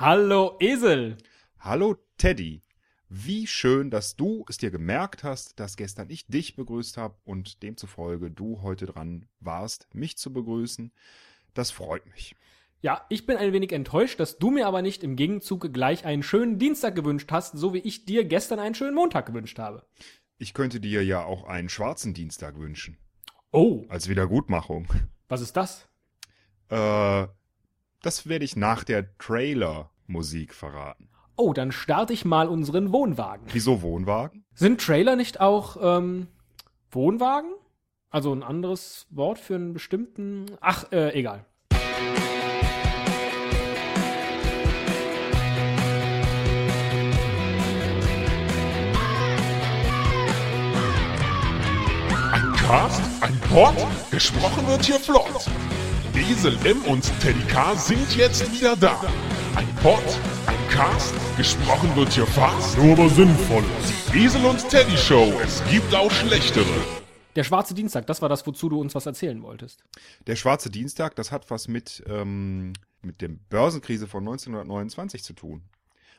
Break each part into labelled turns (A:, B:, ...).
A: Hallo Esel.
B: Hallo Teddy. Wie schön, dass du es dir gemerkt hast, dass gestern ich dich begrüßt habe und demzufolge du heute dran warst, mich zu begrüßen. Das freut mich.
A: Ja, ich bin ein wenig enttäuscht, dass du mir aber nicht im Gegenzug gleich einen schönen Dienstag gewünscht hast, so wie ich dir gestern einen schönen Montag gewünscht habe.
B: Ich könnte dir ja auch einen schwarzen Dienstag wünschen,
A: Oh,
B: als Wiedergutmachung.
A: was ist das?
B: Äh, das werde ich nach der Trailer-Musik verraten.
A: Oh, dann starte ich mal unseren Wohnwagen.
B: Wieso Wohnwagen?
A: Sind Trailer nicht auch ähm, Wohnwagen? Also ein anderes Wort für einen bestimmten. Ach, äh, egal.
C: Ein Cast, ein Pod, gesprochen wird hier flott. Esel M und Teddy K sind jetzt wieder da. Ein Pod, ein Cast, gesprochen wird hier fast, nur aber sinnvoll. Die Esel und Teddy Show, es gibt auch schlechtere.
A: Der schwarze Dienstag, das war das, wozu du uns was erzählen wolltest.
B: Der schwarze Dienstag, das hat was mit, ähm, mit der Börsenkrise von 1929 zu tun.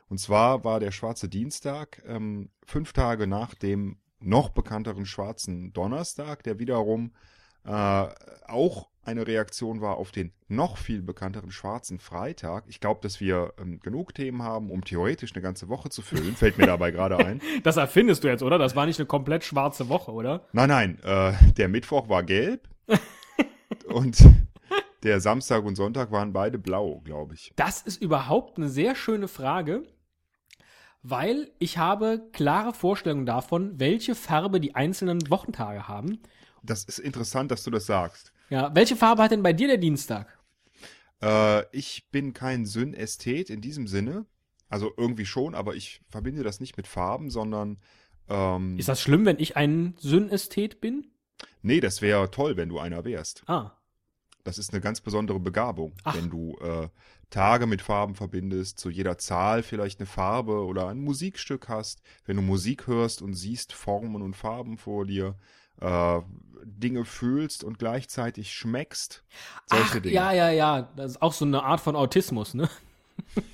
B: Und zwar war der schwarze Dienstag ähm, fünf Tage nach dem noch bekannteren schwarzen Donnerstag, der wiederum äh, auch eine Reaktion war auf den noch viel bekannteren schwarzen Freitag. Ich glaube, dass wir ähm, genug Themen haben, um theoretisch eine ganze Woche zu füllen, fällt mir dabei gerade ein.
A: Das erfindest du jetzt, oder? Das war nicht eine komplett schwarze Woche, oder?
B: Nein, nein, äh, der Mittwoch war gelb und der Samstag und Sonntag waren beide blau, glaube ich.
A: Das ist überhaupt eine sehr schöne Frage, weil ich habe klare Vorstellungen davon, welche Farbe die einzelnen Wochentage haben.
B: Das ist interessant, dass du das sagst.
A: Ja, welche Farbe hat denn bei dir der Dienstag?
B: Äh, ich bin kein Synästhet in diesem Sinne. Also irgendwie schon, aber ich verbinde das nicht mit Farben, sondern ähm,
A: Ist das schlimm, wenn ich ein Synästhet bin?
B: nee, das wäre toll, wenn du einer wärst.
A: Ah,
B: Das ist eine ganz besondere Begabung,
A: Ach.
B: wenn du äh, Tage mit Farben verbindest, zu jeder Zahl vielleicht eine Farbe oder ein Musikstück hast, wenn du Musik hörst und siehst Formen und Farben vor dir, äh, Dinge fühlst und gleichzeitig schmeckst. Solche
A: Ach,
B: Dinge.
A: ja, ja, ja. Das ist auch so eine Art von Autismus, ne?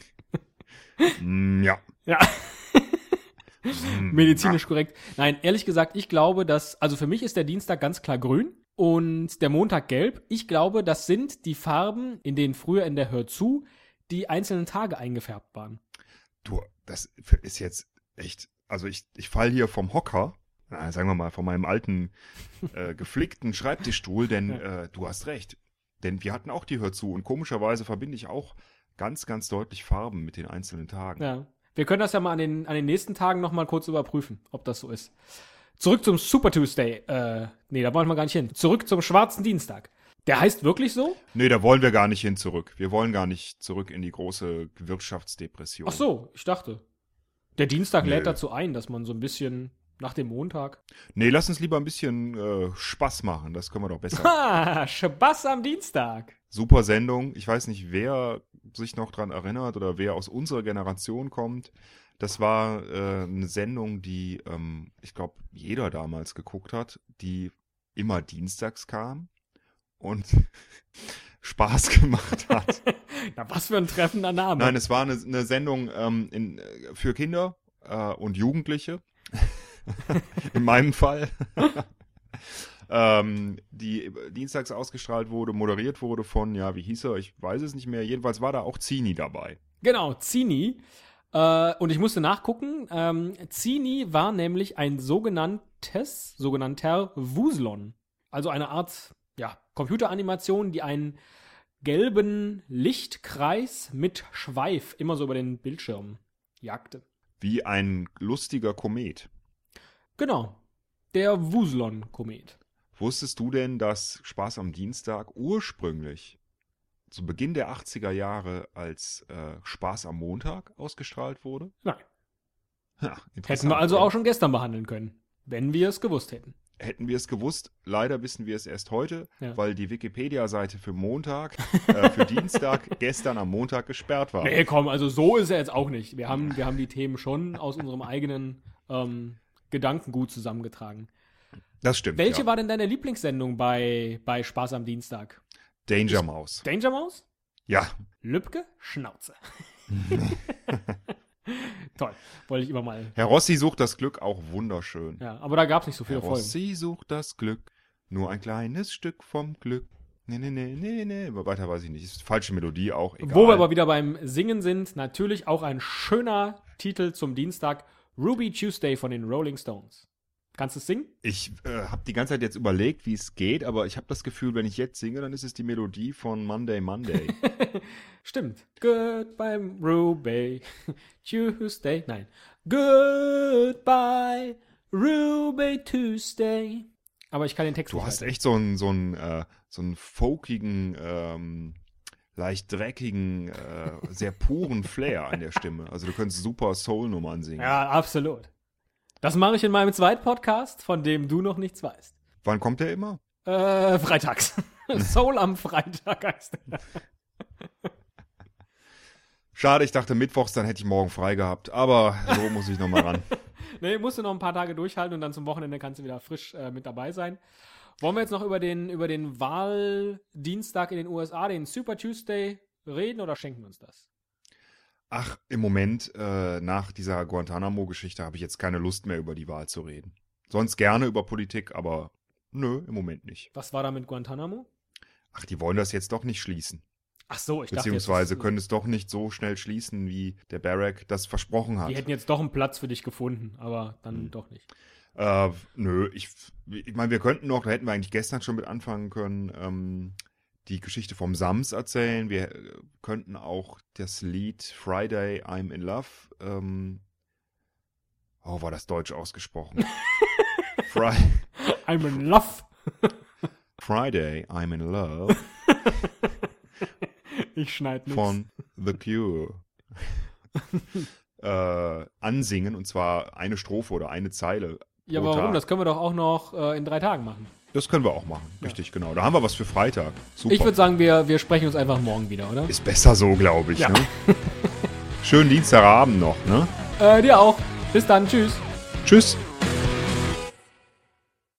B: Mm, ja.
A: Ja.
B: Mm,
A: Medizinisch korrekt. Nein, ehrlich gesagt, ich glaube, dass, also für mich ist der Dienstag ganz klar grün und der Montag gelb. Ich glaube, das sind die Farben, in denen früher in der Hör zu die einzelnen Tage eingefärbt waren.
B: Du, das ist jetzt echt, also ich, ich fall hier vom Hocker, na, sagen wir mal, von meinem alten, äh, geflickten Schreibtischstuhl, denn äh, du hast recht. Denn wir hatten auch die Hör zu und komischerweise verbinde ich auch ganz, ganz deutlich Farben mit den einzelnen Tagen.
A: Ja. Wir können das ja mal an den, an den nächsten Tagen nochmal kurz überprüfen, ob das so ist. Zurück zum Super Tuesday. Äh, nee, da wollen wir gar nicht hin. Zurück zum schwarzen Dienstag. Der heißt wirklich so?
B: Nee, da wollen wir gar nicht hin zurück. Wir wollen gar nicht zurück in die große Wirtschaftsdepression.
A: Ach so, ich dachte. Der Dienstag
B: Nö.
A: lädt dazu ein, dass man so ein bisschen nach dem Montag.
B: Nee, lass uns lieber ein bisschen äh, Spaß machen. Das können wir doch besser.
A: Ha, Spaß am Dienstag.
B: super Sendung. Ich weiß nicht, wer sich noch dran erinnert oder wer aus unserer Generation kommt. Das war äh, eine Sendung, die ähm, ich glaube jeder damals geguckt hat, die immer dienstags kam und Spaß gemacht hat.
A: Na, was für ein treffender Name.
B: Nein, es war eine, eine Sendung ähm, in, äh, für Kinder äh, und Jugendliche, in meinem Fall, ähm, die dienstags ausgestrahlt wurde, moderiert wurde von, ja, wie hieß er, ich weiß es nicht mehr, jedenfalls war da auch Zini dabei.
A: Genau, Zini. Äh, und ich musste nachgucken. Ähm, Zini war nämlich ein sogenanntes, sogenannter Wuslon. Also eine Art ja, Computeranimation, die einen gelben Lichtkreis mit Schweif immer so über den Bildschirm jagte.
B: Wie ein lustiger Komet.
A: Genau, der Wuslon-Komet.
B: Wusstest du denn, dass Spaß am Dienstag ursprünglich zu Beginn der 80er Jahre als äh, Spaß am Montag ausgestrahlt wurde?
A: Nein.
B: Ja,
A: Hätten wir
B: interessant,
A: also
B: oder?
A: auch schon gestern behandeln können, wenn wir es gewusst hätten.
B: hätten wir es gewusst. Leider wissen wir es erst heute,
A: Ja.
B: weil die Wikipedia-Seite für Montag, äh, für Dienstag, gestern am Montag gesperrt war.
A: Nee, komm, also so ist er jetzt auch nicht. Wir haben, wir haben die Themen schon aus unserem eigenen ähm, Gedankengut zusammengetragen.
B: Das stimmt.
A: Welche
B: ja.
A: war denn deine Lieblingssendung bei, bei Spaß am Dienstag?
B: Danger Mouse?
A: Danger Mouse?
B: Ja,
A: Lübke? Schnauze. Toll. Wollte ich immer mal.
B: Herr Rossi sucht das Glück auch wunderschön.
A: Ja, aber da gab es nicht so viele
B: Herr
A: Folgen.
B: Rossi sucht das Glück, nur ein kleines Stück vom Glück. Nee, nee, nee, nee, nee. Aber Weiter weiß ich nicht. Ist falsche Melodie auch. Egal.
A: Wo wir aber wieder beim Singen sind, natürlich auch ein schöner Titel zum Dienstag: Ruby Tuesday von den Rolling Stones. Kannst du es singen?
B: ich äh, habe die ganze Zeit jetzt überlegt, wie es geht, aber ich habe das Gefühl, wenn ich jetzt singe, dann ist es die Melodie von Monday, Monday.
A: Stimmt. Goodbye, Ruby. Tuesday. Nein. Goodbye, Ruby Tuesday. Aber ich kann den Text
B: Du
A: nicht
B: hast
A: weiter.
B: echt so einen, so einen, äh, so einen folkigen, ähm, leicht dreckigen, äh, sehr puren Flair an der Stimme. Also du könntest super Soul-Nummern singen.
A: Ja, absolut. Das mache ich in meinem zweiten Podcast, von dem du noch nichts weißt.
B: Wann kommt der immer?
A: Äh, freitags. Soul am Freitag heißt der.
B: Schade, ich dachte mittwochs, dann hätte ich morgen frei gehabt. Aber so muss ich nochmal ran.
A: Nee, musst du noch ein paar Tage durchhalten und dann zum Wochenende kannst du wieder frisch äh, mit dabei sein. Wollen wir jetzt noch über den, über den Wahldienstag in den USA, den Super Tuesday, reden oder schenken wir uns das?
B: Ach, im Moment, äh, nach dieser Guantanamo-Geschichte habe ich jetzt keine Lust mehr, über die Wahl zu reden. Sonst gerne über Politik, aber nö, im Moment nicht.
A: Was war da mit Guantanamo?
B: Ach, die wollen das jetzt doch nicht schließen.
A: Ach so, ich dachte. jetzt- äh,
B: Beziehungsweise können es doch nicht so schnell schließen, wie der Barack das versprochen hat.
A: Die hätten jetzt doch einen Platz für dich gefunden, aber dann
B: Hm.
A: doch nicht.
B: Äh, nö, ich, ich meine, wir könnten noch, da hätten wir eigentlich gestern schon mit anfangen können, ähm, die Geschichte vom Sams erzählen. Wir äh, könnten auch das Lied Friday I'm in Love, ähm, oh, war das deutsch ausgesprochen. Fri
A: I'm in love.
B: Friday I'm in Love
A: Ich schneide nichts.
B: von The Cure äh, ansingen und zwar eine Strophe oder eine Zeile.
A: Ja,
B: pro
A: aber warum?
B: Tag.
A: Das können wir doch auch noch äh, in drei Tagen machen.
B: Das können wir auch machen, richtig, genau. Da haben wir was für Freitag. Super.
A: Ich würde sagen, wir, wir sprechen uns einfach morgen wieder, oder?
B: Ist besser so, glaube ich.
A: Ja.
B: Ne? Schönen Dienstagabend noch. Ne?
A: Äh, dir auch. Bis dann. Tschüss.
B: Tschüss.